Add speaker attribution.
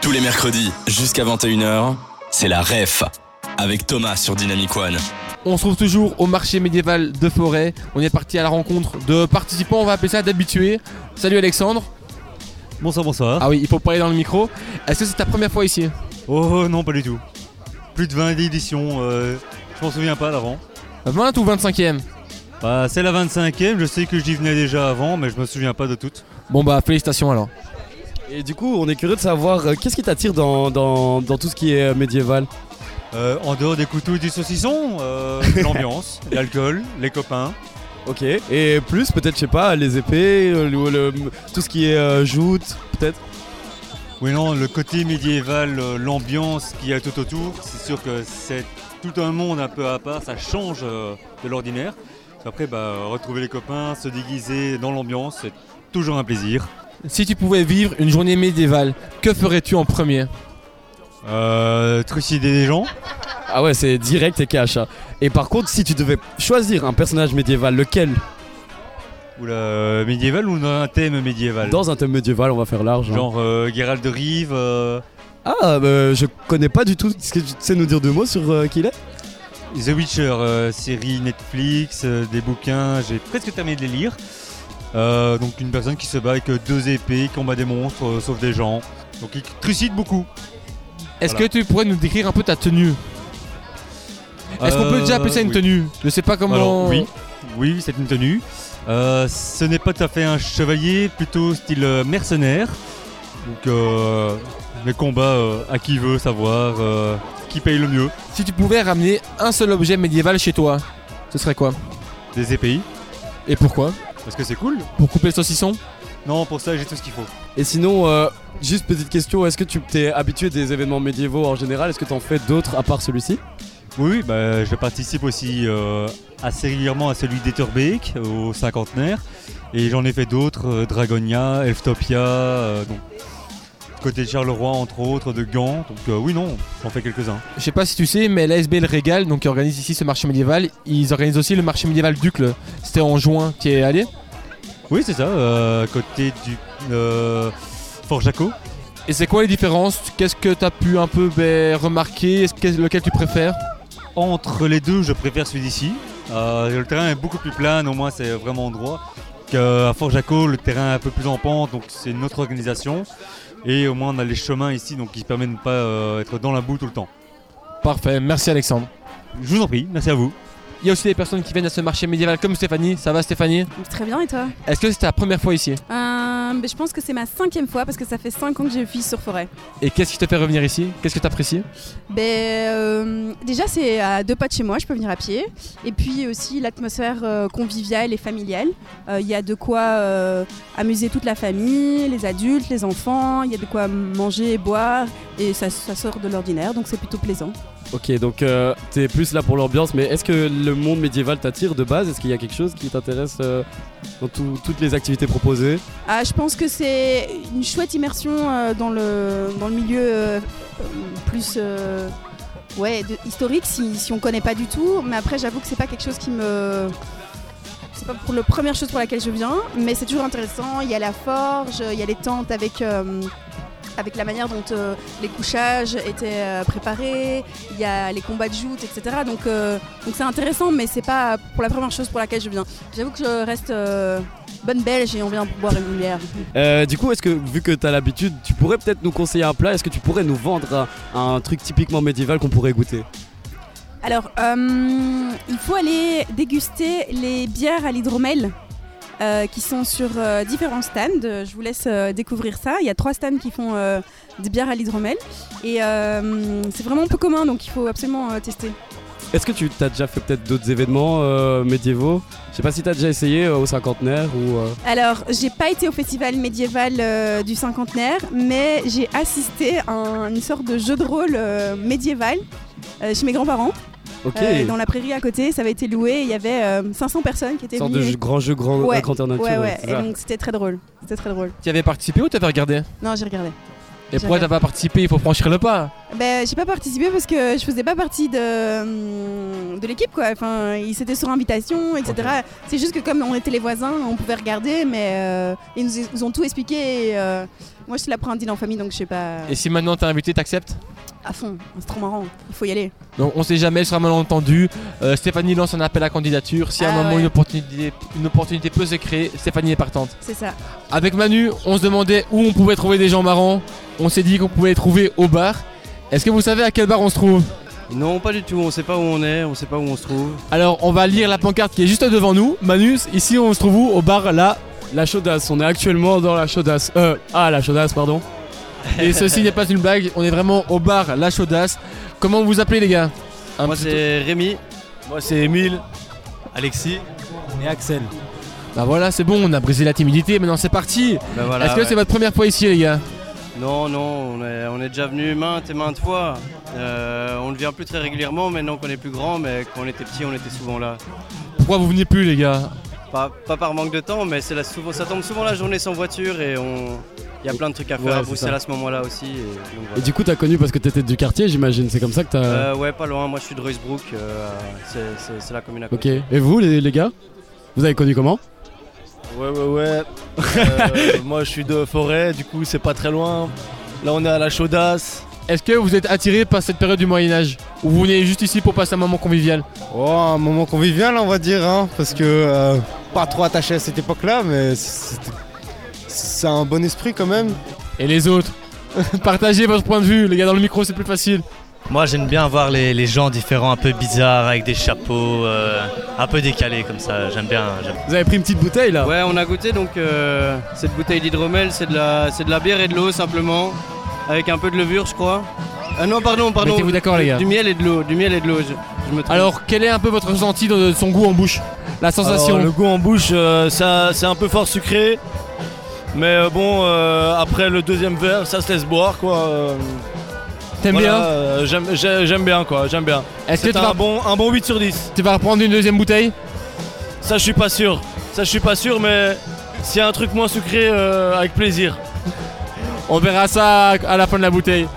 Speaker 1: Tous les mercredis, jusqu'à 21h, c'est la REF, avec Thomas sur Dynamic One.
Speaker 2: On se trouve toujours au marché médiéval de Forêt. On est parti à la rencontre de participants, on va appeler ça d'habitués. Salut Alexandre.
Speaker 3: Bonsoir, bonsoir.
Speaker 2: Ah oui, il faut parler dans le micro. Est-ce que c'est ta première fois ici
Speaker 3: Oh non, pas du tout. Plus de 20 éditions, euh, je m'en souviens pas d'avant.
Speaker 2: 20 ou 25e
Speaker 3: Bah, c'est la 25e, je sais que j'y venais déjà avant, mais je me souviens pas de toutes.
Speaker 2: Bon bah félicitations alors.
Speaker 4: Et du coup, on est curieux de savoir euh, qu'est-ce qui t'attire dans, dans- dans tout ce qui est euh, médiéval.
Speaker 3: Euh, en dehors des couteaux et du saucisson, euh, l'ambiance, l'alcool, les copains.
Speaker 4: Ok. Et plus, peut-être, je sais pas, les épées, euh, le- le- tout ce qui est euh, joute, peut-être.
Speaker 3: Oui, non, le côté médiéval, euh, l'ambiance qu'il y a tout autour, c'est sûr que c'est tout un monde un peu à part, ça change euh, de l'ordinaire. Après, bah, retrouver les copains, se déguiser dans l'ambiance, c'est toujours un plaisir.
Speaker 2: Si tu pouvais vivre une journée médiévale, que ferais-tu en premier
Speaker 3: Euh, trucider des gens,
Speaker 4: Ah ouais, c'est direct et cash. hein. Et par contre, si tu devais choisir un personnage médiéval, lequel
Speaker 3: ou la euh, médiéval ou un thème médiéval.
Speaker 4: Dans un thème médiéval, on va faire large. hein.
Speaker 3: Genre euh, Gérald de Rive, euh,
Speaker 4: Ah, bah, je connais pas du tout. Est-ce que tu sais nous dire deux mots sur euh, qui il est
Speaker 3: The Witcher, euh, série Netflix, euh, des bouquins, j'ai presque terminé de les lire. Euh, donc une personne qui se bat avec euh, deux épées, qui combat des monstres, euh, sauve des gens. Donc il trucide beaucoup.
Speaker 2: Est-ce
Speaker 3: Voilà.
Speaker 2: que tu pourrais nous décrire un peu ta tenue Est-ce qu'on peut déjà appeler ça une
Speaker 3: Euh, oui.
Speaker 2: tenue Je sais pas comment.
Speaker 3: Alors, oui, oui, c'est une tenue. Euh, ce n'est pas tout à fait un chevalier, plutôt style euh, mercenaire. Donc euh, les combats euh, à qui veut savoir, euh, qui paye le mieux,
Speaker 2: Si tu pouvais ramener un seul objet médiéval chez toi, ce serait quoi
Speaker 3: des épées,
Speaker 2: Et pourquoi
Speaker 3: parce que c'est cool.
Speaker 2: Pour couper le saucisson
Speaker 3: Non, pour ça j'ai tout ce qu'il faut.
Speaker 4: Et sinon, euh, juste petite question, est-ce que tu t'es habitué des événements médiévaux en général Est-ce que t'en fais d'autres à part celui-ci
Speaker 3: Oui, oui, bah, je participe aussi euh, assez régulièrement à celui d'Etterbeek, au cinquantenaire. Et j'en ai fait d'autres, euh, Dragonia, Elftopia, euh, donc, côté de Charleroi entre autres, de Gand. Donc euh, oui, non, j'en fais quelques-uns.
Speaker 2: Je sais pas si tu sais, mais l'ASBL Régal, donc qui organise ici ce marché médiéval, ils organisent aussi le marché médiéval d'Ucle. C'était en juin, tu es allé
Speaker 3: Oui, c'est ça, euh, côté du euh, Fort Jaco.
Speaker 2: Et c'est quoi les différences Qu'est-ce que t'as pu un peu ben, remarquer Est-ce que- Lequel tu préfères
Speaker 3: Entre les deux, je préfère celui d'ici. Euh, le terrain est beaucoup plus plat, au moins c'est vraiment droit. Qu'à Fort Jaco, le terrain est un peu plus en pente, donc c'est une autre organisation. Et au moins on a les chemins ici, donc qui permettent de ne pas euh, être dans la boue tout le temps.
Speaker 2: Parfait, merci Alexandre.
Speaker 3: Je vous en prie, merci à vous.
Speaker 2: Il y a aussi des personnes qui viennent à ce marché médiéval comme Stéphanie. Ça va Stéphanie
Speaker 5: Très bien, et toi
Speaker 2: Est-ce que c'est ta première fois ici
Speaker 5: Euh, ben, Je pense que c'est ma cinquième fois parce que ça fait cinq ans que je vis sur forêt.
Speaker 2: Et qu'est-ce qui te fait revenir ici Qu'est-ce que t'apprécies
Speaker 5: Ben, euh, déjà, c'est à deux pas de chez moi, je peux venir à pied. Et puis aussi l'atmosphère euh, conviviale et familiale. Euh, Il y a de quoi euh, amuser toute la famille, les adultes, les enfants. Il y a de quoi manger et boire. Et ça, ça sort de l'ordinaire, donc c'est plutôt plaisant.
Speaker 4: Ok, donc euh, t'es plus là pour l'ambiance, mais est-ce que le monde médiéval t'attire de base Est-ce qu'il y a quelque chose qui t'intéresse euh, dans tout- toutes les activités proposées
Speaker 5: Ah, je pense que c'est une chouette immersion euh, dans, le, dans le milieu euh, euh, plus euh, ouais, de- historique si, si on connaît pas du tout. Mais après, j'avoue que c'est pas quelque chose qui me. C'est pas pour la première chose pour laquelle je viens, mais c'est toujours intéressant. Il y a la forge, il y a les tentes avec. euh, avec la manière dont euh, les couchages étaient euh, préparés, il y a les combats de joutes, etc. Donc euh, donc c'est intéressant, mais c'est pas pour la première chose pour laquelle je viens. J'avoue que je reste euh, bonne belge et on vient pour boire une bière.
Speaker 4: Euh, Du coup, est-ce que vu que t'as l'habitude, tu pourrais peut-être nous conseiller un plat Est-ce que tu pourrais nous vendre un, un truc typiquement médiéval qu'on pourrait goûter
Speaker 5: Alors, euh, il faut aller déguster les bières à l'hydromel euh, qui sont sur euh, différents stands. Je vous laisse euh, découvrir ça. Il y a trois stands qui font euh, des bières à l'hydromel et euh, c'est vraiment peu commun, donc il faut absolument euh, tester.
Speaker 4: Est-ce que tu t'as déjà fait peut-être d'autres événements euh, médiévaux Je sais pas si t'as déjà essayé euh, au cinquantenaire ou... euh,
Speaker 5: Alors, j'ai pas été au festival médiéval euh, du cinquantenaire, mais j'ai assisté à un- une sorte de jeu de rôle euh, médiéval euh, chez mes grands-parents,
Speaker 4: Ok,
Speaker 5: euh, dans la prairie à côté. Ça avait été loué, et il y avait euh, 500 personnes qui étaient
Speaker 4: sorte de
Speaker 5: venues.
Speaker 4: jeu- grand jeu, grand,
Speaker 5: Ouais,
Speaker 4: grandeur nature.
Speaker 5: ouais,
Speaker 4: ouais,
Speaker 5: ouais,
Speaker 4: c'est
Speaker 5: et
Speaker 4: ça.
Speaker 5: donc c'était très drôle. C'était très drôle.
Speaker 2: Tu y avais participé ou t'avais regardé
Speaker 5: Non, j'ai regardé.
Speaker 2: Et pourquoi
Speaker 5: J'avais-
Speaker 2: t'as pas participé Il faut franchir le pas.
Speaker 5: Ben, j'ai pas participé parce que je faisais pas partie de, de l'équipe, quoi. Enfin, ils- c'était sur invitation, etc. C'est juste que comme on était les voisins, on pouvait regarder, mais euh, ils nous, nous ont tout expliqué. et, euh, moi, je suis l'apprentie en famille, donc je sais pas.
Speaker 2: Et si maintenant t'es invité, t'acceptes
Speaker 5: À fond, c'est trop marrant. Il faut y aller.
Speaker 2: Donc on sait jamais, ce sera malentendu. Euh, Stéphanie lance un appel à candidature. Si à un
Speaker 5: Ah
Speaker 2: moment
Speaker 5: ouais.
Speaker 2: une, opportunité, une opportunité peut se créer, Stéphanie est partante.
Speaker 5: C'est ça.
Speaker 2: Avec Manu, on se demandait où on pouvait trouver des gens marrants. On s'est dit qu'on pouvait les trouver au bar. Est-ce que vous savez à quel bar on se trouve
Speaker 6: Non, pas du tout. On sait pas où on est, on sait pas où on se trouve.
Speaker 2: Alors on va lire la pancarte qui est juste devant nous. Manu, ici on se trouve où Au bar là.
Speaker 7: La chaudasse, on est actuellement dans la chaudasse. Euh, ah, la chaudasse, pardon.
Speaker 2: Et ceci n'est pas une blague, on est vraiment au bar La Chaudasse. Comment vous appelez les gars Un
Speaker 6: Moi,
Speaker 2: petit-
Speaker 6: c'est Rémi.
Speaker 4: Moi c'est Emile, Alexis et Axel.
Speaker 2: Bah voilà, c'est bon, on a brisé la timidité, maintenant c'est parti.
Speaker 6: Ben voilà,
Speaker 2: Est-ce que
Speaker 6: ouais.
Speaker 2: c'est votre première fois ici les gars
Speaker 6: Non, non, on est, on est déjà venu maintes et maintes fois. Euh, on ne vient plus très régulièrement maintenant qu'on est plus grand, mais quand on était petit, on était souvent là.
Speaker 2: Pourquoi vous venez plus les gars
Speaker 6: Pas, pas par manque de temps, mais c'est la, souvent, ça tombe souvent la journée sans voiture et on. Il y a plein de trucs à faire
Speaker 7: Ouais,
Speaker 6: à
Speaker 7: c'est
Speaker 6: Bruxelles
Speaker 7: ça.
Speaker 6: à ce moment-là aussi. et donc voilà.
Speaker 7: Et du coup, t'as connu parce que t'étais du quartier, j'imagine. C'est comme ça que t'as.
Speaker 6: Euh, ouais, pas loin. Moi, je suis de Reusbrook. euh, c'est- c'est c'est la commune à
Speaker 7: Ok.
Speaker 6: côté.
Speaker 7: Et vous, les, les gars Vous avez connu comment
Speaker 4: Ouais ouais ouais. Euh, moi je suis de Forêt, du coup c'est pas très loin. Là on est à la chaudasse.
Speaker 2: Est-ce que vous êtes attiré par cette période du Moyen-Âge Ou vous venez juste ici pour passer un moment convivial
Speaker 8: Oh, un moment convivial, on va dire, hein, parce que euh, pas trop attaché à cette époque-là, mais c'était- c'est un bon esprit quand même.
Speaker 2: Et les autres Partagez votre point de vue, les gars dans le micro c'est plus facile.
Speaker 3: Moi j'aime bien voir les, les gens différents, un peu bizarres, avec des chapeaux, euh, un peu décalés comme ça. J'aime bien. j'aime-
Speaker 7: Vous avez pris une petite bouteille là
Speaker 6: Ouais, on a goûté donc euh, cette bouteille d'hydromel, c'est de la, c'est de la bière et de l'eau simplement, avec un peu de levure, je crois. Ah non, pardon, pardon.
Speaker 2: Mettez-vous d'accord les gars.
Speaker 6: Du miel et de l'eau, du miel et de l'eau. Je, je me trompe.
Speaker 2: Alors quel est un peu votre ressenti de son goût en bouche La sensation
Speaker 4: Alors, le goût en bouche, euh, ça c'est un peu fort sucré. Mais euh, bon, euh, après le deuxième verre, ça se laisse boire quoi. euh,
Speaker 2: T'aimes
Speaker 4: voilà, euh, J'aime j'ai- j'aime bien quoi, j'aime bien.
Speaker 2: bien Est-ce que
Speaker 4: C'est
Speaker 2: tu
Speaker 4: un
Speaker 2: vas,
Speaker 4: bon, un bon 8 sur 10.
Speaker 2: tu vas reprendre une deuxième bouteille
Speaker 4: Ça je suis pas sûr. Ça je suis pas sûr, mais s'il y a un truc moins sucré, euh, avec plaisir.
Speaker 2: On verra ça à la fin de la bouteille.